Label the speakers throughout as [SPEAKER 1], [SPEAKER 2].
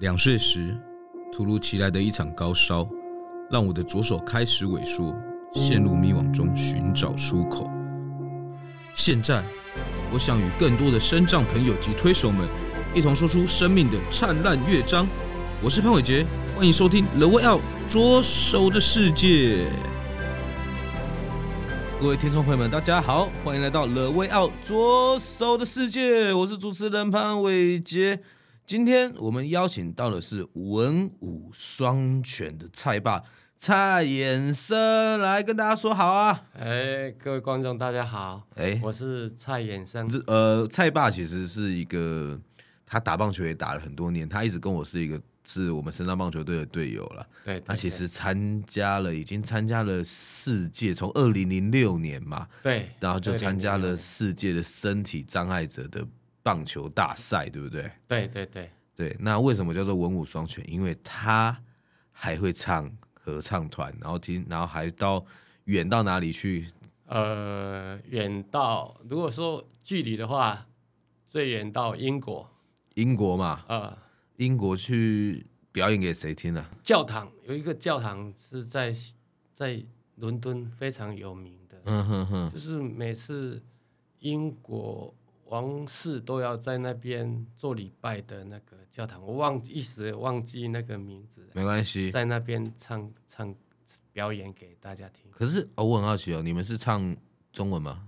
[SPEAKER 1] 两岁时，突如其来的一场高烧，让我的左手开始萎缩，陷入迷惘中寻找出口。现在，我想与更多的身障朋友及推手们，一同说出生命的灿烂乐章。我是潘伟杰，欢迎收听《The Way Out》左手的世界。各位听众朋友们，大家好，欢迎来到《The Way Out》左手的世界，我是主持人潘伟杰。今天我们邀请到的是文武双全的蔡爸蔡衍生，来跟大家说好啊！
[SPEAKER 2] 哎，各位观众大家好，
[SPEAKER 1] 哎，
[SPEAKER 2] 我是蔡衍生。
[SPEAKER 1] 这呃，蔡爸其实是一个，他打棒球也打了很多年，他一直跟我是一个是我们深山棒球队的队友了。
[SPEAKER 2] 对，对
[SPEAKER 1] 他啊其实参加了，已经参加了世界，从二零零六年嘛，
[SPEAKER 2] 对，对
[SPEAKER 1] 然后就参加。
[SPEAKER 2] 2006
[SPEAKER 1] 了
[SPEAKER 2] 年
[SPEAKER 1] 世界的身体障碍者的棒球大赛，对不对？
[SPEAKER 2] 对对对，
[SPEAKER 1] 对，那为什么叫做文武双全？因为他还会唱合唱团，然后听，然后还到远到哪里去？
[SPEAKER 2] 呃，远到如果说距离的话，最远到英国，
[SPEAKER 1] 英国嘛，
[SPEAKER 2] 呃，
[SPEAKER 1] 英国去表演给谁听啊？
[SPEAKER 2] 教堂有一个教堂是在在伦敦非常有名的，
[SPEAKER 1] 嗯哼哼，
[SPEAKER 2] 就是每次英国王室都要在那边做礼拜的那个教堂，我忘记一时忘记那个名字了，
[SPEAKER 1] 没关系。
[SPEAKER 2] 在那边唱唱表演给大家听。
[SPEAKER 1] 可是、哦、我很好奇哦，你们是唱中文吗？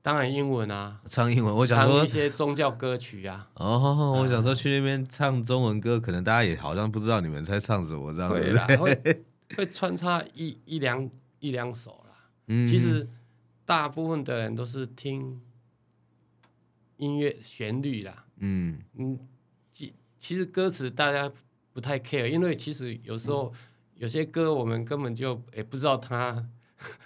[SPEAKER 2] 当然英文啊，
[SPEAKER 1] 唱英文？我想
[SPEAKER 2] 唱啊
[SPEAKER 1] 说
[SPEAKER 2] 一，些宗教歌 曲啊，
[SPEAKER 1] 哦，我想说去那边唱中文歌，可能大家也好像不知道你们在唱什么这样
[SPEAKER 2] 会
[SPEAKER 1] 子。
[SPEAKER 2] 啦，会会穿插一一两一两首啦。
[SPEAKER 1] 嗯
[SPEAKER 2] 其实大部分的人都是听音乐旋律啦，
[SPEAKER 1] 嗯，
[SPEAKER 2] 嗯，其其实歌词大家不太 care，因为其实有时候有些歌我们根本就也不知道它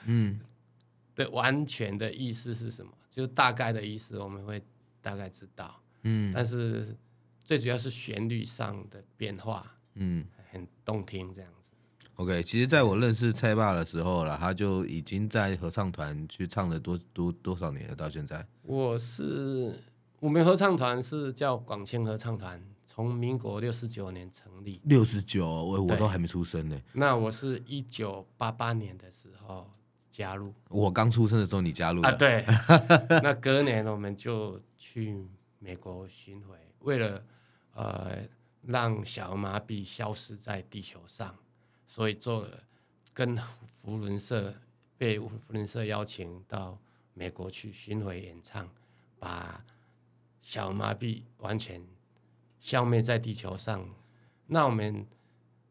[SPEAKER 1] 嗯
[SPEAKER 2] 的完全的意思是什么，就大概的意思我们会大概知道，
[SPEAKER 1] 嗯
[SPEAKER 2] 但是最主要是旋律上的变化。
[SPEAKER 1] 嗯
[SPEAKER 2] 很动听这样子。
[SPEAKER 1] ，OK。其实，在我认识蔡爸的时候啦，他就已经在合唱团去唱了多多多少年了，到现在。
[SPEAKER 2] 我是我们合唱团是叫广清合唱团，从民国六十九年成立。
[SPEAKER 1] 六十九，我我
[SPEAKER 2] 对
[SPEAKER 1] 都还没出生呢。
[SPEAKER 2] 那我是一九八八年的时候加入
[SPEAKER 1] 我刚出生的时候你加入的，
[SPEAKER 2] 啊，对。 那隔年我们就去美国巡回，为了呃让小儿麻痹消失在地球上，所以做了跟福伦社被福伦社邀请到美国去巡回演唱，把小儿麻痹完全消灭在地球上。那我们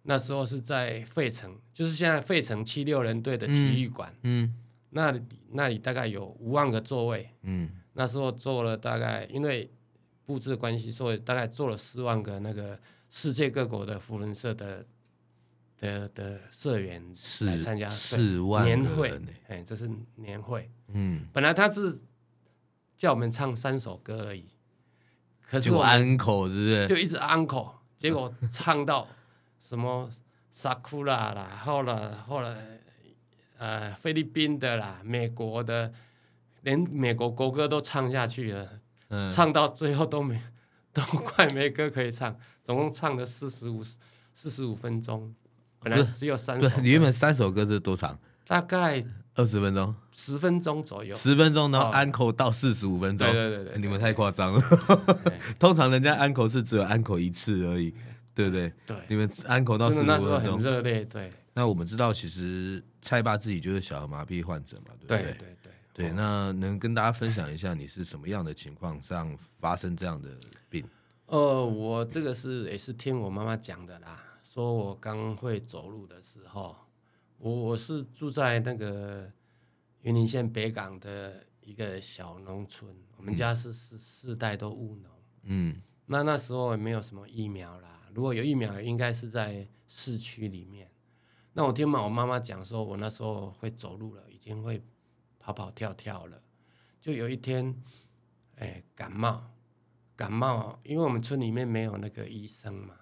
[SPEAKER 2] 那时候是在费城，就是现在费城七六人队的体育馆。
[SPEAKER 1] 嗯
[SPEAKER 2] 那里那里大概有五万个座位，
[SPEAKER 1] 嗯
[SPEAKER 2] 那时候做了大概因为布置关系，所以大概做了四万个那个世界各国的福伦社的的的社员来
[SPEAKER 1] 四
[SPEAKER 2] 参加
[SPEAKER 1] 四万
[SPEAKER 2] 年
[SPEAKER 1] 个
[SPEAKER 2] 会
[SPEAKER 1] 人呢，
[SPEAKER 2] 哎，这是年会。
[SPEAKER 1] 嗯，
[SPEAKER 2] 本来他是叫我们唱三首歌而已，可是
[SPEAKER 1] 就
[SPEAKER 2] 我们
[SPEAKER 1] uncle 是不是？
[SPEAKER 2] 就一直 uncle，结果唱到什么 sakura 啦，后来后来呃菲律宾的啦，美国的，连美国国歌都唱下去了，
[SPEAKER 1] 嗯，
[SPEAKER 2] 唱到最后都没 都快没歌可以唱，总共唱了四十五四十五分钟，本来
[SPEAKER 1] 不
[SPEAKER 2] 只有三首
[SPEAKER 1] 对，
[SPEAKER 2] 歌，
[SPEAKER 1] 你原本三首歌是多长？
[SPEAKER 2] 大概
[SPEAKER 1] 二十分钟，
[SPEAKER 2] 十分钟左右。
[SPEAKER 1] 十分钟，然后
[SPEAKER 2] 哦
[SPEAKER 1] uncle 到四十五分钟哎
[SPEAKER 2] 对。对对对对，
[SPEAKER 1] 你们太夸张了。 通常人家安口是只有安口一次而已，对不对？
[SPEAKER 2] 对，
[SPEAKER 1] 你们安口到
[SPEAKER 2] 真
[SPEAKER 1] 四十
[SPEAKER 2] 的那时
[SPEAKER 1] 分
[SPEAKER 2] 候很
[SPEAKER 1] 钟。
[SPEAKER 2] 热烈，对
[SPEAKER 1] 那我们知道，其实蔡爸自己就是小儿麻痹患者嘛，对不
[SPEAKER 2] 对
[SPEAKER 1] 对？哦
[SPEAKER 2] 对对对。
[SPEAKER 1] 对那能跟大家分享一下你是什么样的情况上发生这样的病？
[SPEAKER 2] 呃，我这个是也是听我妈妈讲的啦，说我刚会走路的时候，我我是住在那个云林县北港的一个小农村，我们家是四四代都务农，
[SPEAKER 1] 嗯
[SPEAKER 2] 那那时候也没有什么疫苗啦，如果有疫苗，应该是在市区里面。那我听嘛，我妈妈讲说，我那时候会走路了，已经会跑跑跳跳了。就有一天，哎，感冒，感冒，因为我们村里面没有那个医生嘛，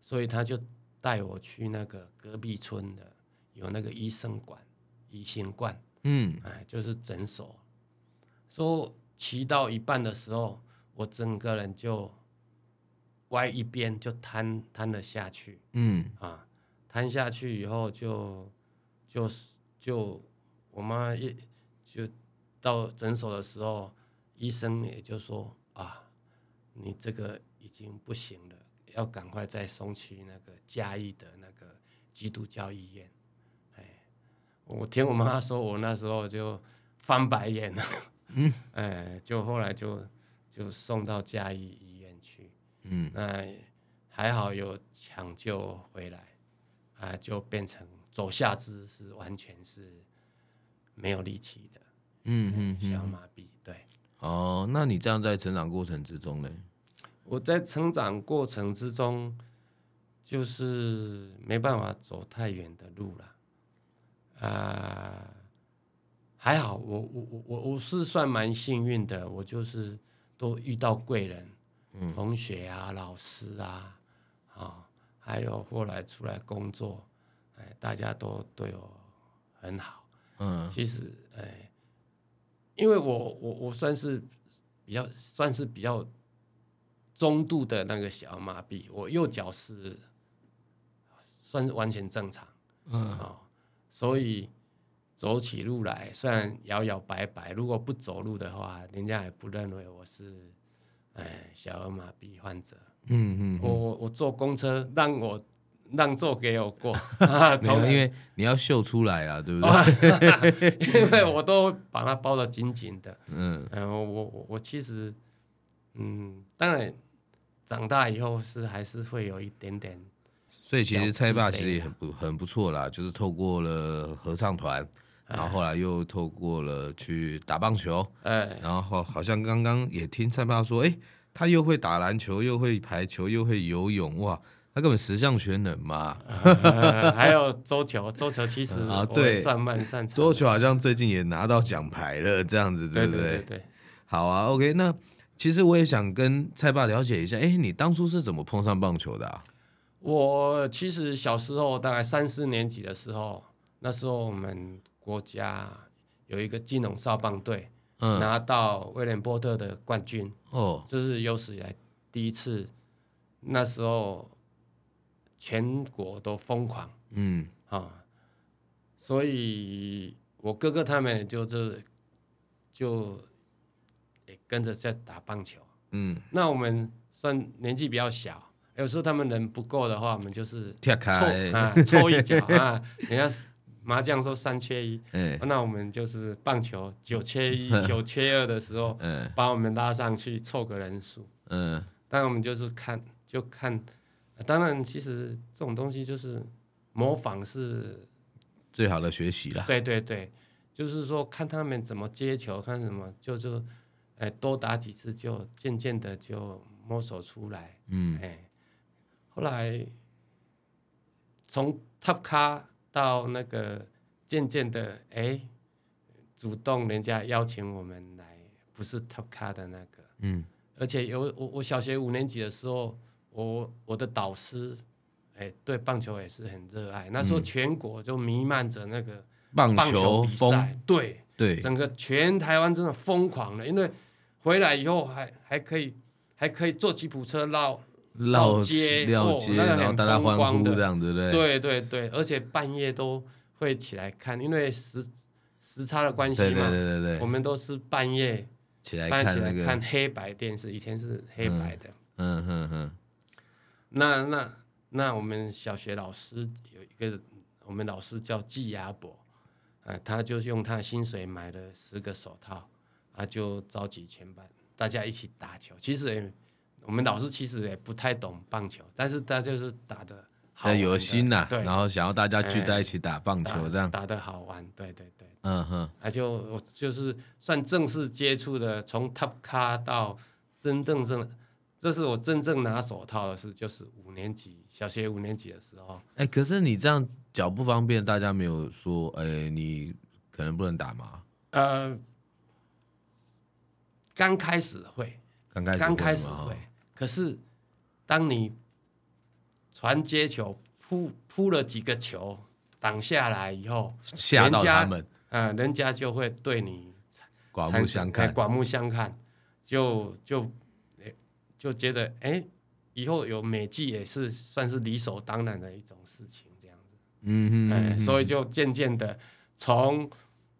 [SPEAKER 2] 所以他就带我去那个隔壁村的有那个医生馆、医生馆，
[SPEAKER 1] 嗯，
[SPEAKER 2] 哎，就是诊所。说骑到一半的时候，我整个人就歪一边就瘫瘫了下去
[SPEAKER 1] 嗯
[SPEAKER 2] 啊，瘫下去以后就就是就我妈一就到诊所的时候，医生也就说啊，你这个已经不行了，要赶快再送去那个嘉义的那个基督教医院。哎，我听我妈说，我那时候就翻白眼了。
[SPEAKER 1] 嗯，
[SPEAKER 2] 哎，就后来就就送到嘉义医院去。
[SPEAKER 1] 嗯
[SPEAKER 2] 那还好有抢救回来，啊，就变成左下肢是完全是没有力气的，
[SPEAKER 1] 嗯嗯
[SPEAKER 2] 小
[SPEAKER 1] 嗯。
[SPEAKER 2] 麻痹。对，
[SPEAKER 1] 哦，那你这样在成长过程之中呢？
[SPEAKER 2] 我在成长过程之中，就是没办法走太远的路了，啊、还好我我我我我是算蛮幸运的，我就是都遇到贵人，同学啊、老师啊，啊、还有后来出来工作，哎，大家都对我很好。
[SPEAKER 1] 嗯
[SPEAKER 2] 其实，哎，因为我我我算是比较算是比较中度的那个小儿麻痹，我右脚是算是完全正常
[SPEAKER 1] 嗯
[SPEAKER 2] 哦，所以走起路来虽然摇摇摆摆，如果不走路的话，人家也不认为我是哎小儿麻痹患者。
[SPEAKER 1] 嗯
[SPEAKER 2] 我
[SPEAKER 1] 嗯。
[SPEAKER 2] 我我坐公车让我让座给我 过，啊
[SPEAKER 1] 没
[SPEAKER 2] 从
[SPEAKER 1] 有，
[SPEAKER 2] 来
[SPEAKER 1] 因为你要秀出来啊，对不对？
[SPEAKER 2] 啊因为我都把它包得紧紧的。
[SPEAKER 1] 嗯
[SPEAKER 2] 嗯、我我我我其实，嗯，当然长大以后是还是会有一点点，
[SPEAKER 1] 所以其实蔡爸其实也很不很不错啦，就是透过了合唱团，然后后来又透过了去打棒球，
[SPEAKER 2] 呃，
[SPEAKER 1] 然后好像刚刚也听蔡爸说，哎、他又会打篮球，又会排球，又会游泳，哇，他根本十项全能嘛。
[SPEAKER 2] 呃还有桌 球，桌球其实
[SPEAKER 1] 啊
[SPEAKER 2] 我
[SPEAKER 1] 对
[SPEAKER 2] 也算蛮擅长的。
[SPEAKER 1] 桌球好像最近也拿到奖牌了，这样子
[SPEAKER 2] 对
[SPEAKER 1] 不
[SPEAKER 2] 对对，
[SPEAKER 1] 好啊，OK，那其实我也想跟蔡爸了解一下，哎、你当初是怎么碰上棒球的啊？
[SPEAKER 2] 我其实小时候大概三四年级的时候，那时候我们国家有一个金融少棒队、
[SPEAKER 1] 嗯，
[SPEAKER 2] 拿到威廉波特的冠军。
[SPEAKER 1] 哦，
[SPEAKER 2] 这是有史以来第一次，那时候全国都疯狂
[SPEAKER 1] 嗯
[SPEAKER 2] 啊，所以我哥哥他们就是就也跟着在打棒球。
[SPEAKER 1] 嗯，
[SPEAKER 2] 那我们算年纪比较小，有时候他们人不够的话，我们就是
[SPEAKER 1] 跳
[SPEAKER 2] 凑
[SPEAKER 1] 开，
[SPEAKER 2] 啊凑一脚啊，人家麻将说三缺一，
[SPEAKER 1] 哎，
[SPEAKER 2] 那我们就是棒球九缺一、九缺二的时候，
[SPEAKER 1] 嗯
[SPEAKER 2] 把我们拉上去凑个人数。
[SPEAKER 1] 嗯
[SPEAKER 2] 当然我们就是看，就看，呃当然其实这种东西就是模仿是，
[SPEAKER 1] 最好的学习啦。
[SPEAKER 2] 对对对，就是说看他们怎么接球，看什么就就，哎、多打几次就渐渐的就摸索出来，
[SPEAKER 1] 嗯
[SPEAKER 2] 哎、后来从 top 咖到那个渐渐的，哎、主动人家邀请我们来，不是 top 咖的那个。
[SPEAKER 1] 嗯
[SPEAKER 2] 而且有我我小学五年级的时候，我我的导师，哎，对棒球也是很热爱。那时候全国就弥漫着那个，
[SPEAKER 1] 嗯棒
[SPEAKER 2] 棒球
[SPEAKER 1] 球
[SPEAKER 2] 比
[SPEAKER 1] 风，
[SPEAKER 2] 赛，对，
[SPEAKER 1] 对，
[SPEAKER 2] 整个全台湾真的疯狂了。因为回来以后还还可以还可以坐吉普车绕，
[SPEAKER 1] 绕
[SPEAKER 2] 绕街
[SPEAKER 1] 绕
[SPEAKER 2] 哦
[SPEAKER 1] 街，
[SPEAKER 2] 那个
[SPEAKER 1] 然后
[SPEAKER 2] 很
[SPEAKER 1] 大家
[SPEAKER 2] 风
[SPEAKER 1] 欢
[SPEAKER 2] 光
[SPEAKER 1] 呼
[SPEAKER 2] 的
[SPEAKER 1] 这样，对不对？
[SPEAKER 2] 对对对，而且半夜都会起来看，因为时时差的关系
[SPEAKER 1] 对对
[SPEAKER 2] 嘛，
[SPEAKER 1] 对对
[SPEAKER 2] 我
[SPEAKER 1] 对，
[SPEAKER 2] 们都是半夜
[SPEAKER 1] 起来
[SPEAKER 2] 半夜
[SPEAKER 1] 看
[SPEAKER 2] 起
[SPEAKER 1] 那
[SPEAKER 2] 来
[SPEAKER 1] 个
[SPEAKER 2] 看，黑白电视，以前是黑白的。
[SPEAKER 1] 嗯哼哼，
[SPEAKER 2] 那那那我们小学老师有一个，我们老师叫季亚博，呃，他就是用他的薪水买了十个手套，啊，就召集全班大家一起打球。其实也，我们老师其实也不太懂棒球，但是他就是打的好
[SPEAKER 1] 那
[SPEAKER 2] 玩的
[SPEAKER 1] 有心呐，
[SPEAKER 2] 对，哎
[SPEAKER 1] 然后想要大家聚在一起打棒球
[SPEAKER 2] 打
[SPEAKER 1] 这样，
[SPEAKER 2] 打的好玩，对对对。
[SPEAKER 1] 嗯哼，
[SPEAKER 2] 啊，就我就是算正式接触的，从 Top 咖到真正正，这是我真正拿手套的事，就是五年级小学五年级的时候。
[SPEAKER 1] 哎，可是你这样脚不方便，大家没有说，哎，你可能不能打嘛？
[SPEAKER 2] 呃，刚开始会，
[SPEAKER 1] 刚开始
[SPEAKER 2] 刚开始
[SPEAKER 1] 嘛哈
[SPEAKER 2] 会，可是当你传接球扑扑了几个球挡下来以后，
[SPEAKER 1] 吓到
[SPEAKER 2] 人家
[SPEAKER 1] 他们，
[SPEAKER 2] 呃，人家就会对你
[SPEAKER 1] 刮
[SPEAKER 2] 产
[SPEAKER 1] 目
[SPEAKER 2] 生
[SPEAKER 1] 相
[SPEAKER 2] 哎
[SPEAKER 1] 看，
[SPEAKER 2] 刮目相看，就就哎就觉得哎、以后有美剧也是算是理所当然的一种事情，这样子。
[SPEAKER 1] 嗯
[SPEAKER 2] 哎、
[SPEAKER 1] 哼，
[SPEAKER 2] 所以就渐渐的从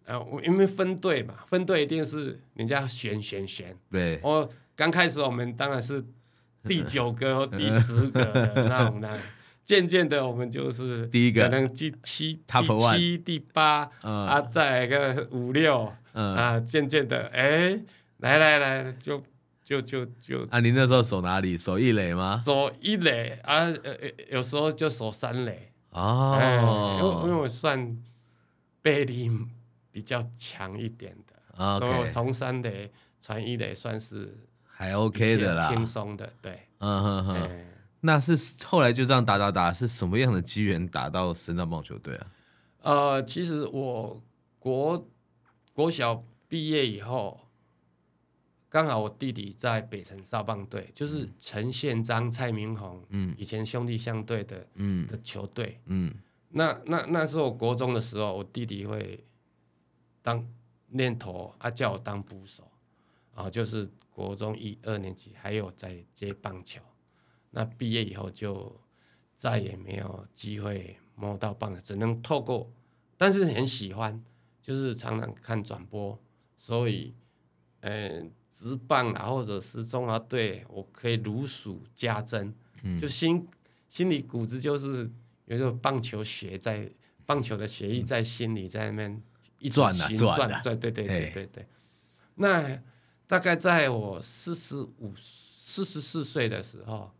[SPEAKER 2] 呃，我因为分队嘛，分队一定是人家选选选。
[SPEAKER 1] 对，
[SPEAKER 2] 我刚开始我们当然是第九个或第十个的那 种那种，渐渐的我们就是
[SPEAKER 1] 第一个
[SPEAKER 2] 可能第七、
[SPEAKER 1] Top
[SPEAKER 2] 第
[SPEAKER 1] one
[SPEAKER 2] 七、第八
[SPEAKER 1] 嗯
[SPEAKER 2] 啊，再来个五六
[SPEAKER 1] 嗯，
[SPEAKER 2] 啊，渐渐的哎，来来来，就就就就
[SPEAKER 1] 啊，你那时候守哪里？守一垒吗？
[SPEAKER 2] 守一垒啊，呃呃有时候就守三垒。哎因为因为
[SPEAKER 1] 哦
[SPEAKER 2] 我算背力比较强一点的，所以我
[SPEAKER 1] ，OK，
[SPEAKER 2] 从三垒传一垒算是
[SPEAKER 1] 还
[SPEAKER 2] 一
[SPEAKER 1] OK
[SPEAKER 2] 切
[SPEAKER 1] 的啦，
[SPEAKER 2] 轻松的，对，
[SPEAKER 1] 嗯哼哼。
[SPEAKER 2] 哎
[SPEAKER 1] 那是后来就这样打打打，是什么样的机缘打到深圳棒球队啊？
[SPEAKER 2] 呃，其实我国国小毕业以后，刚好我弟弟在北城少棒队，就是陈宪章、蔡明宏，
[SPEAKER 1] 嗯
[SPEAKER 2] 以前兄弟相对的
[SPEAKER 1] 嗯
[SPEAKER 2] 的球队，
[SPEAKER 1] 嗯
[SPEAKER 2] 那那那是我国中的时候，我弟弟会当练头啊，叫我当捕手啊，就是国中一二年级还有在接棒球。那毕业以后就再也没有机会摸到棒球，只能透过，但是很喜欢，就是常常看转播，所以呃，职棒啊或者是中华队，我可以如数家珍，
[SPEAKER 1] 嗯
[SPEAKER 2] 就心心里骨子就是有一种棒球学在棒球的学艺在心里在那边一直
[SPEAKER 1] 转啊
[SPEAKER 2] 行
[SPEAKER 1] 转
[SPEAKER 2] 转
[SPEAKER 1] 啊
[SPEAKER 2] 对对对
[SPEAKER 1] 哎
[SPEAKER 2] 对对对。那大概在我四十五、四十四岁的时候，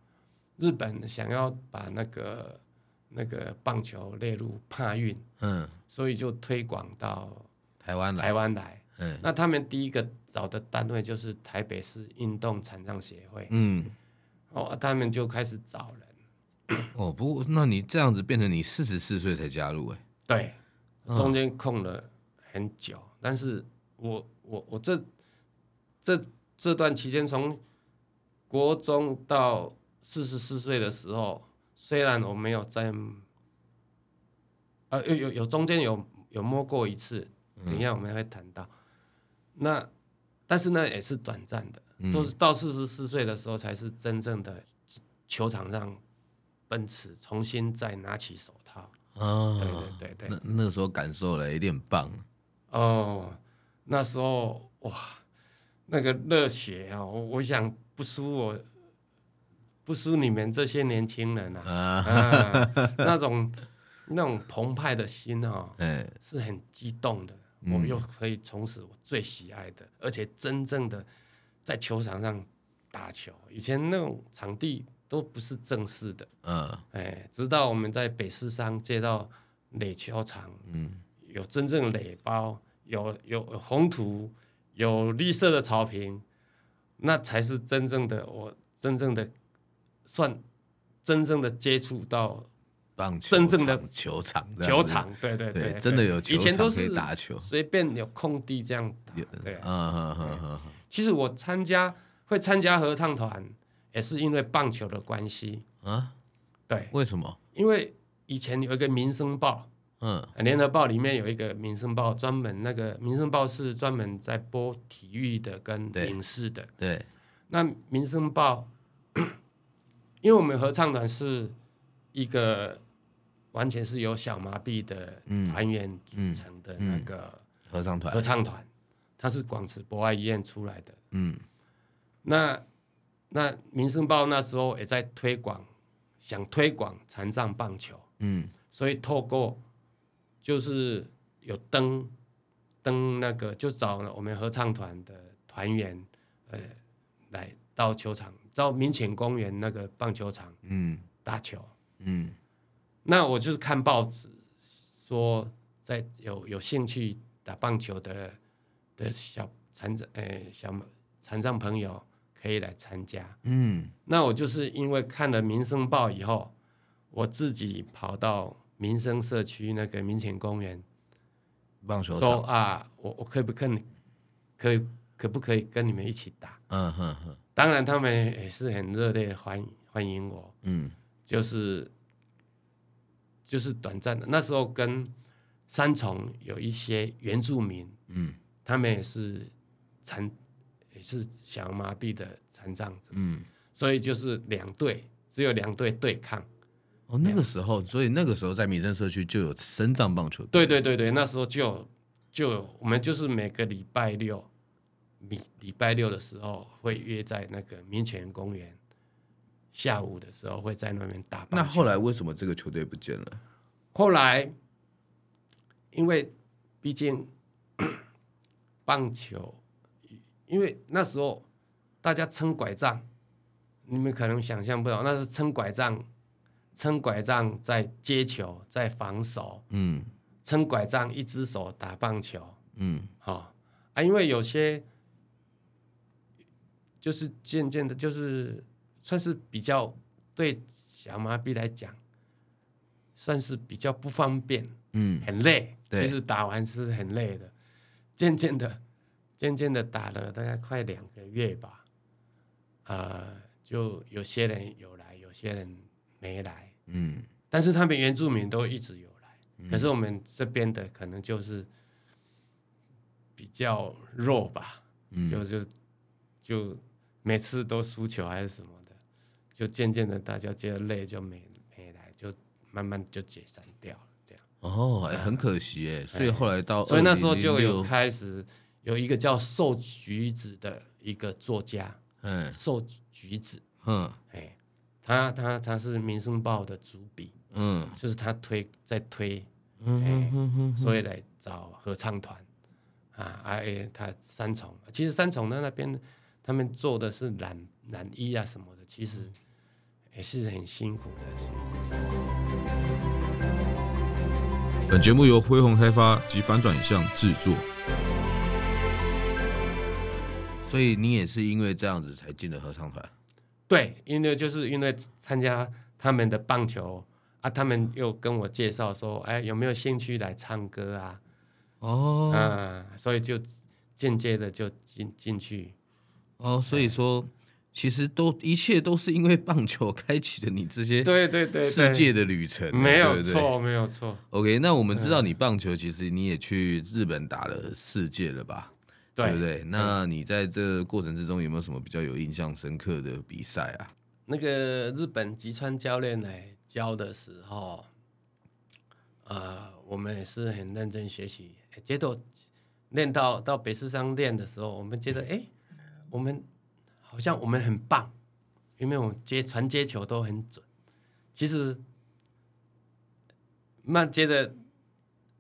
[SPEAKER 2] 日本想要把那个那个棒球列入帕运，
[SPEAKER 1] 嗯，
[SPEAKER 2] 所以就推广到
[SPEAKER 1] 台湾来，
[SPEAKER 2] 台湾来。
[SPEAKER 1] 嗯
[SPEAKER 2] 那他们第一个找的单位就是台北市运动残障协会，
[SPEAKER 1] 嗯，
[SPEAKER 2] 哦，他们就开始找人。
[SPEAKER 1] 哦，不过那你这样子变成你四十四岁才加入、欸，
[SPEAKER 2] 对，中间空了很久，但是我我我这这这段期间，从国中到四十四岁的时候，虽然我没有在，呃，有有有中间有有摸过一次，等一下我们会谈到，那但是呢也是短暂的，
[SPEAKER 1] 嗯
[SPEAKER 2] 都是到四十四岁的时候才是真正的球场上奔驰，重新再拿起手套。
[SPEAKER 1] 啊，
[SPEAKER 2] 对对对对。
[SPEAKER 1] 那那时候感受了，有点棒，
[SPEAKER 2] 哦，那时候哇，那个热血啊，我我想不输我，不输你们这些年轻人啊，
[SPEAKER 1] 啊，
[SPEAKER 2] 啊那种那种澎湃的心啊，
[SPEAKER 1] 哎、
[SPEAKER 2] 是很激动的。我又可以从此我最喜爱的，而且真正的在球场上打球，以前那种场地都不是正式的，
[SPEAKER 1] 嗯
[SPEAKER 2] 哎，直到我们在北市商接到垒球场，
[SPEAKER 1] 嗯，
[SPEAKER 2] 有真正的垒包，有有有红土，有绿色的草坪，那才是真正的我真正的算真正的接触到
[SPEAKER 1] 棒球
[SPEAKER 2] 真正的
[SPEAKER 1] 场球场，
[SPEAKER 2] 球，场，对对
[SPEAKER 1] 对
[SPEAKER 2] 对，
[SPEAKER 1] 真的有球
[SPEAKER 2] 以前都
[SPEAKER 1] 场可以
[SPEAKER 2] 是
[SPEAKER 1] 打球
[SPEAKER 2] 随便有空地这样打
[SPEAKER 1] 有，
[SPEAKER 2] 对
[SPEAKER 1] 嗯。嗯嗯嗯
[SPEAKER 2] 其实我参加会参加合唱团，也是因为棒球的关系，
[SPEAKER 1] 嗯，啊，
[SPEAKER 2] 对，
[SPEAKER 1] 为什么？
[SPEAKER 2] 因为以前有一个《民生报》。
[SPEAKER 1] 嗯
[SPEAKER 2] 呃联合报里面有一个《民生报》，专门那个《民生报》是专门在播体育的跟
[SPEAKER 1] 对
[SPEAKER 2] 影视的。
[SPEAKER 1] 对，
[SPEAKER 2] 那《民生报》，因为我们合唱团是一个完全是由小麻痹的团员组成的那个
[SPEAKER 1] 合唱嗯团
[SPEAKER 2] 合，唱团，它是广慈博爱医院出来的。
[SPEAKER 1] 嗯
[SPEAKER 2] 那那《民生报》那时候也在推广，想推广残障棒球。
[SPEAKER 1] 嗯
[SPEAKER 2] 所以透过就是有登登那个，就找了我们合唱团的团员，呃，来到球场，到民权公园那个棒球场
[SPEAKER 1] 嗯
[SPEAKER 2] 打球。
[SPEAKER 1] 嗯
[SPEAKER 2] 那我就是看报纸说，在有有兴趣打棒球的的小残障，呃，小残障朋友可以来参加。
[SPEAKER 1] 嗯，
[SPEAKER 2] 那我就是因为看了《民生报》以后，我自己跑到民生社区那个民权公园，
[SPEAKER 1] 棒球
[SPEAKER 2] 说
[SPEAKER 1] 场，
[SPEAKER 2] 啊，我我可不可以，可以可不可以跟你们一起打？
[SPEAKER 1] 嗯哼哼，
[SPEAKER 2] 当然，他们也是很热烈地欢欢迎我，
[SPEAKER 1] 嗯
[SPEAKER 2] 就是就是短暂的。那时候跟三重有一些原住民，
[SPEAKER 1] 嗯
[SPEAKER 2] 他们也是残，也是小儿麻痹的残障者，
[SPEAKER 1] 嗯
[SPEAKER 2] 所以就是两队，只有两队对抗。
[SPEAKER 1] 哦，那个时候，所以那个时候在民生社区就有深藏棒球队。
[SPEAKER 2] 对对对对，那时候就有就有我们就是每个礼拜六，礼礼拜六的时候会约在那个民权公园，下午的时候会在那边打棒
[SPEAKER 1] 那
[SPEAKER 2] 球。
[SPEAKER 1] 后来为什么这个球队不见了？
[SPEAKER 2] 后来，因为毕竟 棒球，因为那时候大家撑拐杖，你们可能想象不了，那是撑拐杖，撑拐杖在接球，在防守，
[SPEAKER 1] 嗯
[SPEAKER 2] 撑拐杖一只手打棒球，
[SPEAKER 1] 嗯，
[SPEAKER 2] 好、啊，因为有些就是渐渐的，就是算是比较对小麻痹来讲，算是比较不方便，
[SPEAKER 1] 嗯，
[SPEAKER 2] 很累，
[SPEAKER 1] 对
[SPEAKER 2] 其实打完是很累的。渐渐的，渐渐的打了大概快两个月吧，呃，就有些人有来，有些人没来，
[SPEAKER 1] 嗯，
[SPEAKER 2] 但是他们原住民都一直有来，可是我们这边的可能就是比较弱吧，
[SPEAKER 1] 嗯
[SPEAKER 2] 就就就每次都输球还是什么的，就渐渐的大家觉得累就没没来，就慢慢就解散掉了这样。
[SPEAKER 1] 哦，哎很可惜哎，所以后来到，
[SPEAKER 2] 所以那时候就有，开始有一个叫瘦橘子的一个作家，
[SPEAKER 1] 嗯
[SPEAKER 2] 瘦橘子，
[SPEAKER 1] 哼
[SPEAKER 2] 哎，他他他是《民生报》的主笔，
[SPEAKER 1] 嗯
[SPEAKER 2] 就是他推在推，
[SPEAKER 1] 嗯哼哼，
[SPEAKER 2] 所以来找合唱团啊，啊，哎他三重，其实三重的那边他们做的是染染衣啊什么的，其实也是很辛苦的，其实
[SPEAKER 3] 本节目由恢宏开发及反转影像制作。
[SPEAKER 1] 所以你也是因为这样子才进了合唱团。
[SPEAKER 2] 对，因为就是因为参加他们的棒球。啊，他们又跟我介绍说，哎，有没有兴趣来唱歌啊？
[SPEAKER 1] 哦
[SPEAKER 2] 啊，所以就间接的就进进去。
[SPEAKER 1] 哦，所以说，其实都一切都是因为棒球开启了你这些
[SPEAKER 2] 对对对，对
[SPEAKER 1] 世界的旅程，
[SPEAKER 2] 没有
[SPEAKER 1] 对不对
[SPEAKER 2] 错，嗯没有错。
[SPEAKER 1] OK，那我们知道你棒球其实你也去日本打了世界了吧？
[SPEAKER 2] 对嗯
[SPEAKER 1] 不对？那你在这个过程之中有没有什么比较有印象深刻的比赛啊？
[SPEAKER 2] 那个日本吉川教练来教的时候，呃，我们也是很认真学习。诶结果练到到北市商练的时候，我们觉得哎，诶我们好像我们很棒，因为我们接传接球都很准。其实慢接着，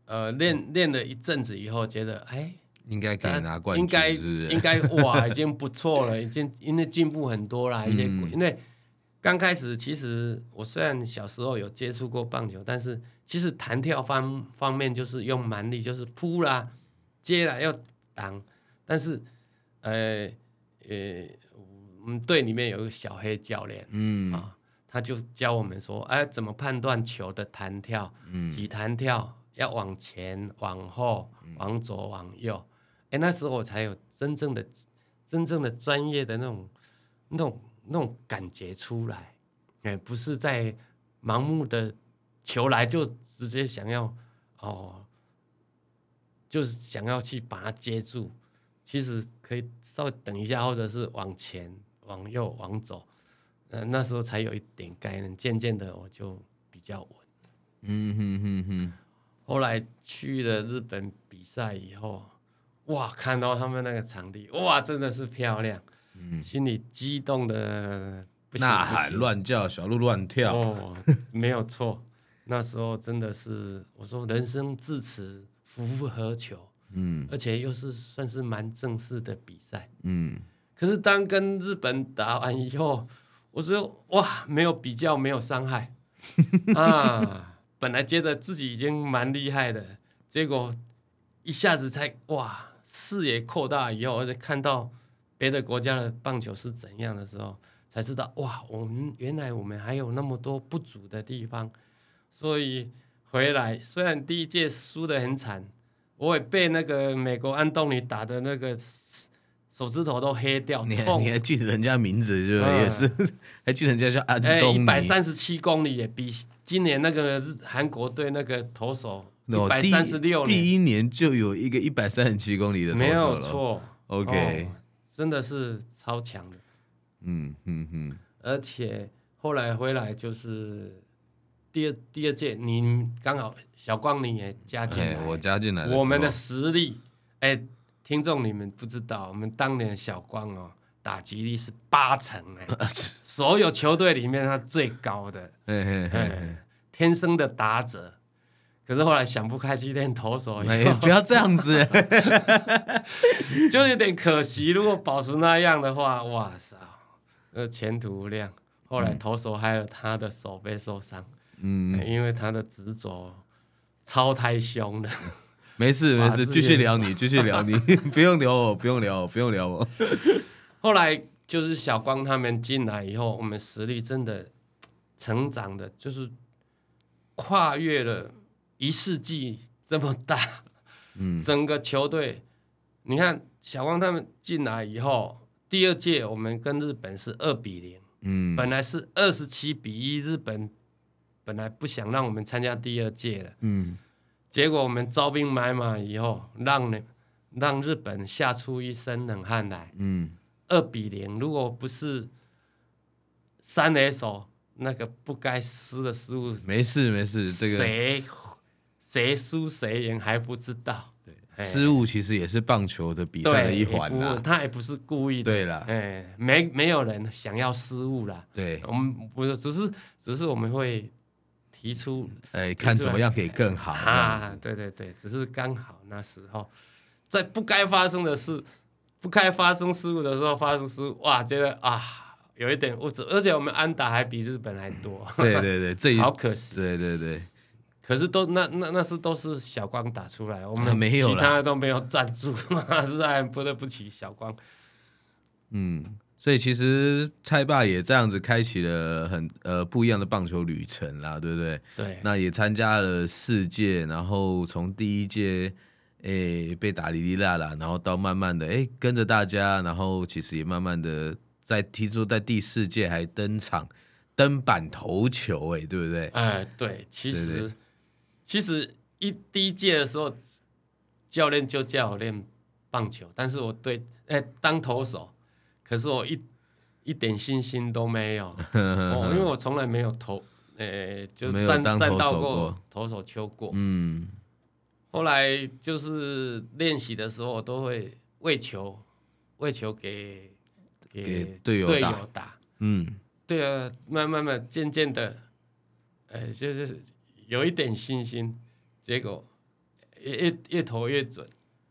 [SPEAKER 2] 呃，练练了一阵子以后，觉得哎。诶
[SPEAKER 1] 应该可以拿冠
[SPEAKER 2] 应
[SPEAKER 1] 军，
[SPEAKER 2] 该
[SPEAKER 1] 是不是？
[SPEAKER 2] 应该哇，已经不错了，已经因为进步很多啦，一些、
[SPEAKER 1] 嗯
[SPEAKER 2] 因为刚开始其实我虽然小时候有接触过棒球，但是其实弹跳方方面就是用蛮力，就是扑啦、接啦要挡，但是呃呃，我们队里面有一个小黑教练，
[SPEAKER 1] 嗯
[SPEAKER 2] 啊，他就教我们说，哎、怎么判断球的弹跳，几弹跳要往前、往后、往左、往右。哎、那时候我才有真正的、真正的专业的那种、那种、那种感觉出来。哎、不是在盲目的球来就直接想要哦，就是想要去把它接住。其实可以稍微等一下，或者是往前、往右、往左，呃，那时候才有一点概念，渐渐的我就比较稳。
[SPEAKER 1] 嗯哼哼哼，
[SPEAKER 2] 后来去了日本比赛以后，哇，看到他们那个场地，哇，真的是漂亮，心里激动的不行
[SPEAKER 1] 嗯呐
[SPEAKER 2] 不
[SPEAKER 1] 喊
[SPEAKER 2] 行
[SPEAKER 1] 乱叫，小鹿乱跳，
[SPEAKER 2] 哦，没有错，那时候真的是我说人生至此夫复何求，
[SPEAKER 1] 嗯
[SPEAKER 2] 而且又是算是蛮正式的比赛，
[SPEAKER 1] 嗯，
[SPEAKER 2] 可是当跟日本打完以后，我说哇，没有比较，没有伤害啊！本来觉得自己已经蛮厉害的，结果一下子才哇，视野扩大以后，而且看到别的国家的棒球是怎样的时候，才知道哇，我们原来我们还有那么多不足的地方。所以回来虽然第一届输得很惨，我也被那个美国安东尼打的那个手指头都黑 掉，
[SPEAKER 1] 你还
[SPEAKER 2] 痛
[SPEAKER 1] 你还记得人家名字就
[SPEAKER 2] 嗯
[SPEAKER 1] 也是， 还记得人家叫安
[SPEAKER 2] 哎，
[SPEAKER 1] 东
[SPEAKER 2] 一
[SPEAKER 1] 尼，
[SPEAKER 2] 百三十七公里也比今年那个日韩国队那个投手一
[SPEAKER 1] 哦
[SPEAKER 2] 百
[SPEAKER 1] 第
[SPEAKER 2] 三十六
[SPEAKER 1] 第
[SPEAKER 2] 里，
[SPEAKER 1] 一年就有一个一百三十七公里的投手
[SPEAKER 2] 没有
[SPEAKER 1] 了
[SPEAKER 2] 错。哦
[SPEAKER 1] ，OK，
[SPEAKER 2] 哦真的是超强的。
[SPEAKER 1] 嗯嗯嗯，
[SPEAKER 2] 而且后来回来就是第二第二届，你刚好小光你也加进
[SPEAKER 1] 哎
[SPEAKER 2] 来，，
[SPEAKER 1] 我加进来时候，
[SPEAKER 2] 我们的实力，哎，听众你们不知道，我们当年的小光哦，打击率是八成 哎，所有球队里面他最高的，
[SPEAKER 1] 嘿嘿嘿
[SPEAKER 2] 哎，天生的打者。可是后来想不开去练投手以后，
[SPEAKER 1] 哎，不要这样子，
[SPEAKER 2] 就有点可惜。如果保持那样的话，哇塞，呃，前途无量。后来投手害了他的手被受伤，
[SPEAKER 1] 嗯，
[SPEAKER 2] 因为他的执着超太凶了。
[SPEAKER 1] 没事没
[SPEAKER 2] 法
[SPEAKER 1] 事，
[SPEAKER 2] 治
[SPEAKER 1] 继续
[SPEAKER 2] 也
[SPEAKER 1] 聊你，继续聊你， 不用聊我，不用聊我，不用聊我，
[SPEAKER 2] 后来就是小光他们进来以后，我们实力真的成长的，就是跨越了一世纪这么大。
[SPEAKER 1] 嗯，
[SPEAKER 2] 整个球队，你看小光他们进来以后，第二届我们跟日本是二比零。
[SPEAKER 1] 嗯，
[SPEAKER 2] 本来是二十七比一，日本本来不想让我们参加第二届的，
[SPEAKER 1] 嗯，
[SPEAKER 2] 结果我们招兵买马以后，让人让日本吓出一身冷汗来，
[SPEAKER 1] 嗯，
[SPEAKER 2] 二比零。如果不是三垒手那个不该失的失误，
[SPEAKER 1] 没事没事，这个
[SPEAKER 2] 谁谁输谁赢还不知道。哎
[SPEAKER 1] 失误其实也是棒球的比赛的
[SPEAKER 2] 对，
[SPEAKER 1] 一环
[SPEAKER 2] 也不
[SPEAKER 1] 啦，
[SPEAKER 2] 他也不是故意的。
[SPEAKER 1] 对啦
[SPEAKER 2] 哎，没没有人想要失误啦。
[SPEAKER 1] 对，
[SPEAKER 2] 我们不是，只是只是我们会提出
[SPEAKER 1] 哎，看怎么样可以更好，这样
[SPEAKER 2] 啊，对对对，只是刚好那时候在不该发生的事、不该发生失误的时候发生失误，哇，觉得啊有一点物质，而且我们安打还比日本还 多，
[SPEAKER 1] 对对对，这一
[SPEAKER 2] 好可惜
[SPEAKER 1] 对对对，
[SPEAKER 2] 可是都那那那是都是小光打出来，我
[SPEAKER 1] 啊
[SPEAKER 2] 们
[SPEAKER 1] 没有
[SPEAKER 2] 其
[SPEAKER 1] 啦
[SPEAKER 2] 他的都没有赞助， 实在不得不起小光。
[SPEAKER 1] 嗯，所以其实蔡爸也这样子开启了很呃不一样的棒球旅程啦，对不对？
[SPEAKER 2] 对，
[SPEAKER 1] 那也参加了世界，然后从第一届诶、被打哩哩啦啦，然后到慢慢的诶、跟着大家，然后其实也慢慢的在听说在第四届还登场登板投球、诶，对不对？
[SPEAKER 2] 哎，对，其
[SPEAKER 1] 对
[SPEAKER 2] 实其实一第一届的时候，教练就叫我练棒球，但是我对哎当投手，可是我一一点信心都 没有，哦，因为我从来没有投，呃，就
[SPEAKER 1] 没有
[SPEAKER 2] 站
[SPEAKER 1] 当
[SPEAKER 2] 站
[SPEAKER 1] 投
[SPEAKER 2] 到
[SPEAKER 1] 手
[SPEAKER 2] 过
[SPEAKER 1] 过
[SPEAKER 2] 投手球过。
[SPEAKER 1] 嗯
[SPEAKER 2] 后来就是练习的时候，我都会喂球，喂球给
[SPEAKER 1] 给队友
[SPEAKER 2] 队
[SPEAKER 1] 打
[SPEAKER 2] 友打，
[SPEAKER 1] 嗯，
[SPEAKER 2] 对啊，慢慢慢，渐渐的，呃，就是有一点信心，结果越越越投越准，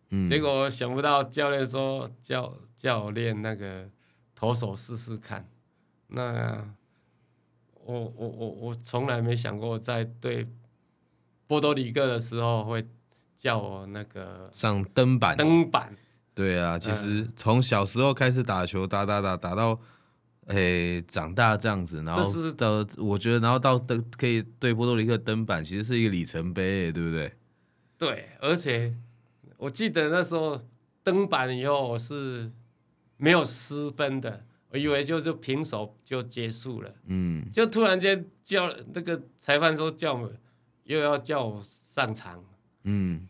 [SPEAKER 1] 嗯
[SPEAKER 2] 结果想不到教练说叫教练那个投手试试看，那我我我我从来没想过在对波多黎各的时候会叫我那个
[SPEAKER 1] 上登板
[SPEAKER 2] 登板，
[SPEAKER 1] 对啊，其实从小时候开始打球，打打打打到，诶、长大这样子，然后
[SPEAKER 2] 这是
[SPEAKER 1] 到我觉得，然后到登可以对波多黎各登板，其实是一个里程碑，欸对不对？
[SPEAKER 2] 对，而且我记得那时候登板以后我是没有失分的，我以为就是平手就结束了，
[SPEAKER 1] 嗯，
[SPEAKER 2] 就突然间叫那个裁判说叫我们又要叫我上场，
[SPEAKER 1] 嗯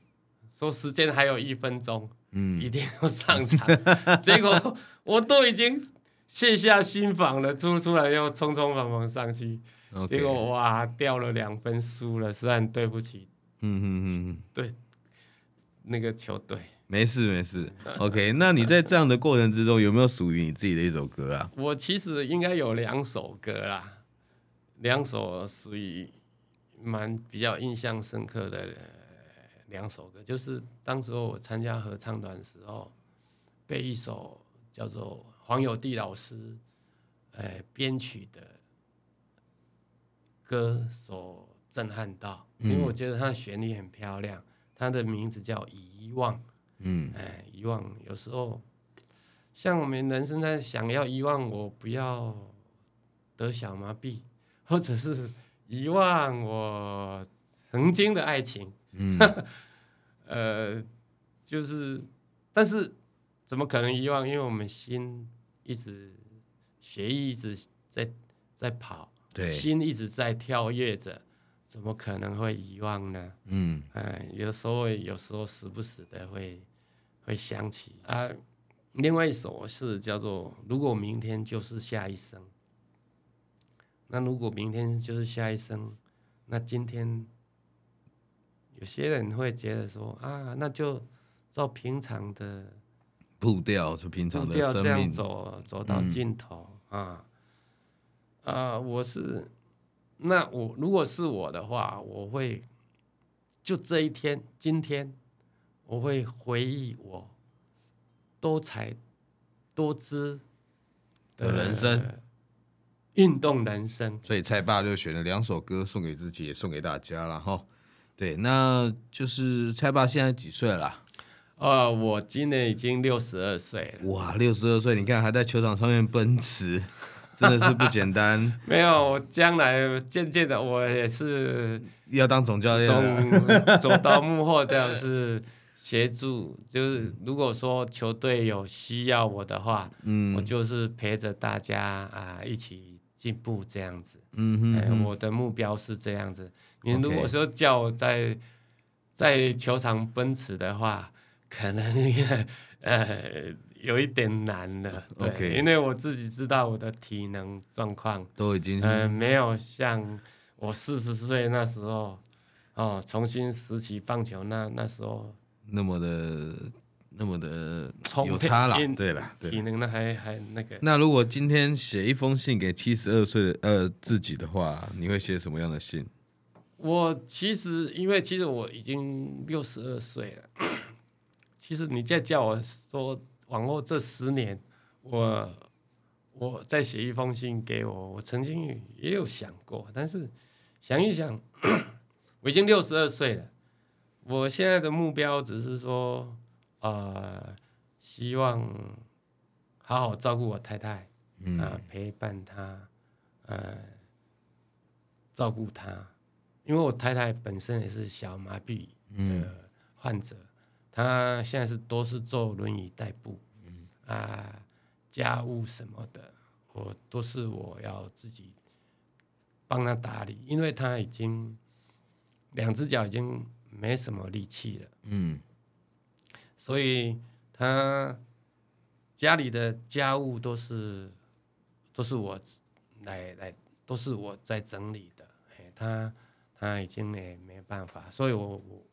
[SPEAKER 2] 说时间还有一分钟，
[SPEAKER 1] 嗯
[SPEAKER 2] 一定要上场。 结果我都已经卸下心防了，突突然又匆匆忙忙上去，
[SPEAKER 1] ，OK，
[SPEAKER 2] 结果哇掉了两分输了，实在很对不起
[SPEAKER 1] 嗯嗯嗯嗯，
[SPEAKER 2] 那个球队。
[SPEAKER 1] 没事没 事，OK。那你在这样的过程之中，有没有属于你自己的一首歌啊？
[SPEAKER 2] 我其实应该有两首歌啦，两首属于蛮比较印象深刻的呃两首歌，就是当时候我参加合唱团的时候，被一首叫做黄友地老师呃编曲的歌所震撼到，因为我觉得它的旋律很漂亮，它的名字叫《遗忘》。
[SPEAKER 1] 嗯
[SPEAKER 2] 哎，遗忘有时候，像我们人生在想要遗忘我不要得小麻痹，或者是遗忘我曾经的爱情，
[SPEAKER 1] 嗯，
[SPEAKER 2] 呃，就是，但是怎么可能遗忘？因为我们心一直血液一直在在跑，
[SPEAKER 1] 对，
[SPEAKER 2] 心一直在跳跃着，怎么可能会遗忘呢？
[SPEAKER 1] 嗯
[SPEAKER 2] 哎，有时候会有时候时不时的会会想起啊。另外一首是叫做《如果明天就是下一生》，那如果明天就是下一生，那今天有些人会觉得说啊，那就照平常的
[SPEAKER 1] 步调就平
[SPEAKER 2] 步
[SPEAKER 1] 常的
[SPEAKER 2] 调
[SPEAKER 1] 生
[SPEAKER 2] 这样
[SPEAKER 1] 命，嗯
[SPEAKER 2] 走走到尽头、啊啊！我是那我如果是我的话，我会就这一天，今天我会回忆我多才多姿
[SPEAKER 1] 的人生，
[SPEAKER 2] 运动人生。
[SPEAKER 1] 所以蔡爸就选了两首歌送给自己，也送给大家了哈。对，那就是蔡爸现在几岁了啊？
[SPEAKER 2] 呃，我今年已经六十二岁了，
[SPEAKER 1] 哇，六十二岁，你看还在球场上面奔驰，真的是不简 单。
[SPEAKER 2] 没有，我将来渐渐的，我也是
[SPEAKER 1] 要当总教练啊了，
[SPEAKER 2] 从走到幕后这样是协助，就是如果说球队有需要我的话，
[SPEAKER 1] 嗯
[SPEAKER 2] 我就是陪着大家啊、一起进步这样子。
[SPEAKER 1] 嗯哼
[SPEAKER 2] 哎、
[SPEAKER 1] 嗯哼，
[SPEAKER 2] 我的目标是这样子。你
[SPEAKER 1] OK
[SPEAKER 2] 如果说叫我在在球场奔驰的话，可能 呃有一点难了。对
[SPEAKER 1] OK
[SPEAKER 2] 因为我自己知道我的体能状况。
[SPEAKER 1] 都已经
[SPEAKER 2] 呃，没有像我四十岁那时候，哦，重新拾起棒球那那时候
[SPEAKER 1] 那么的那么的
[SPEAKER 2] 充
[SPEAKER 1] 有
[SPEAKER 2] 沛
[SPEAKER 1] 差啦，
[SPEAKER 2] 因
[SPEAKER 1] 对啦，对啦
[SPEAKER 2] 体能那还还那个，
[SPEAKER 1] 那如果今天写一封信给七十二岁的呃自己的话，你会写什么样的信？
[SPEAKER 2] 我其实因为其实我已经六十二岁了， 其实你再叫我说往后这十年，我我再写一封信给我，我曾经也有想过，但是想一想， 我已经六十二岁了，我现在的目标只是说，呃，希望好好照顾我太太，啊、
[SPEAKER 1] 嗯
[SPEAKER 2] 陪伴她，呃，照顾她。因为我太太本身也是小麻痹的患者，她现在是都是坐轮椅代步，啊、家务什么的，我都是我要自己帮她打理，因为她已经两只脚已经没什么力气了，
[SPEAKER 1] 嗯，
[SPEAKER 2] 所以她家里的家务都是都是我来来都是我在整理的，嘿，他他已经也没办法，所以我我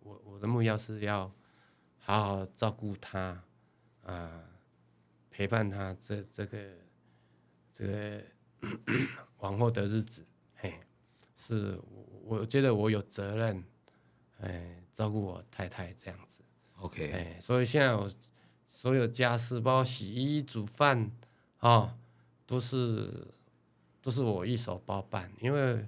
[SPEAKER 2] 我我的目标是要好好照顾他，啊、陪伴他这这个这个往后的日子，嘿，是我我觉得我有责任，哎，照顾我太太这样子。
[SPEAKER 1] OK，
[SPEAKER 2] 哎，所以现在我所有家事，包括洗衣、煮饭，哦，都是都是我一手包办，因为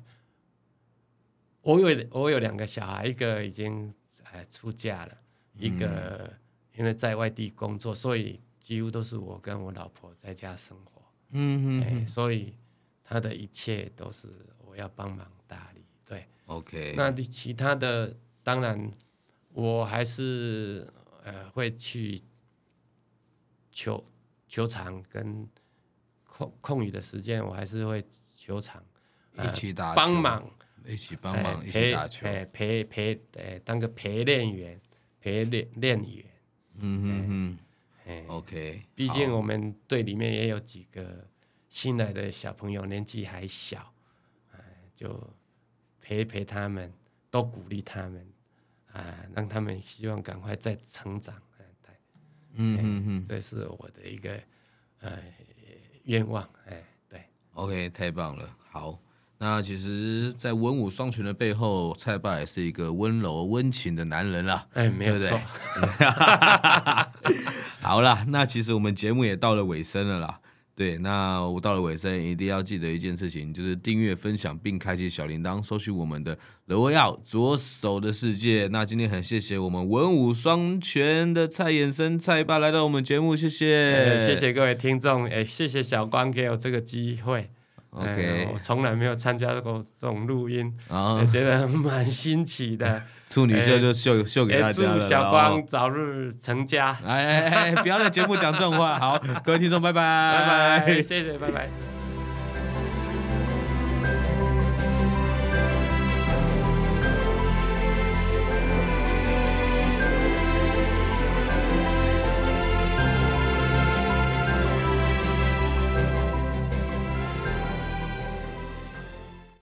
[SPEAKER 2] 我有我有两个小孩，一个已经哎出嫁了，一个
[SPEAKER 1] 嗯
[SPEAKER 2] 因为在外地工作，所以几乎都是我跟我老婆在家生活，
[SPEAKER 1] 嗯
[SPEAKER 2] 哎、
[SPEAKER 1] 哼
[SPEAKER 2] 所以他的一切都是我要帮忙打理，对。
[SPEAKER 1] ，OK，
[SPEAKER 2] 那你其他的，当然我还是呃会去球球场跟空空余的时间，我还是会球场
[SPEAKER 1] 一起打球
[SPEAKER 2] 帮，忙
[SPEAKER 1] 一起帮忙，
[SPEAKER 2] 哎
[SPEAKER 1] 一起
[SPEAKER 2] 陪
[SPEAKER 1] 打球，
[SPEAKER 2] 哎陪陪哎当个陪练员，陪练练员，
[SPEAKER 1] 嗯
[SPEAKER 2] 哎
[SPEAKER 1] 哼哼，，OK，
[SPEAKER 2] 毕竟哎我们队里面也有几个新来的小朋友，年纪还小，哎，就陪陪他们，多鼓励他们，啊，让他们希望赶快再成长。哎对
[SPEAKER 1] 嗯哼哼
[SPEAKER 2] 这是我的一个呃愿望。哎，对，
[SPEAKER 1] ，OK，太棒了，好。那其实，在文武双全的背后，蔡爸也是一个温柔温情的男人啦。
[SPEAKER 2] 哎，没有
[SPEAKER 1] 对不对
[SPEAKER 2] 错。
[SPEAKER 1] 好啦，那其实我们节目也到了尾声了啦。对，那我到了尾声，一定要记得一件事情，就是订阅、分享并开启小铃铛，收取我们的《罗耀左手的世界》。那今天很谢谢我们文武双全的蔡衍生蔡爸来到我们节目，谢谢，
[SPEAKER 2] 哎谢。谢各位听众，哎，谢谢小光给我这个机会。哎
[SPEAKER 1] OK，
[SPEAKER 2] 我从来没有参加过这种录音，
[SPEAKER 1] 然
[SPEAKER 2] 我
[SPEAKER 1] 后
[SPEAKER 2] 觉得蛮新奇的。
[SPEAKER 1] 处女秀就秀秀给
[SPEAKER 2] 也
[SPEAKER 1] 大
[SPEAKER 2] 哎祝
[SPEAKER 1] 家了啦。
[SPEAKER 2] 小
[SPEAKER 1] 哦
[SPEAKER 2] 光早日成家，
[SPEAKER 1] 哎哎哎，不要在节目讲这种话。好，各位听众，拜拜，
[SPEAKER 2] 拜拜，谢谢，拜拜。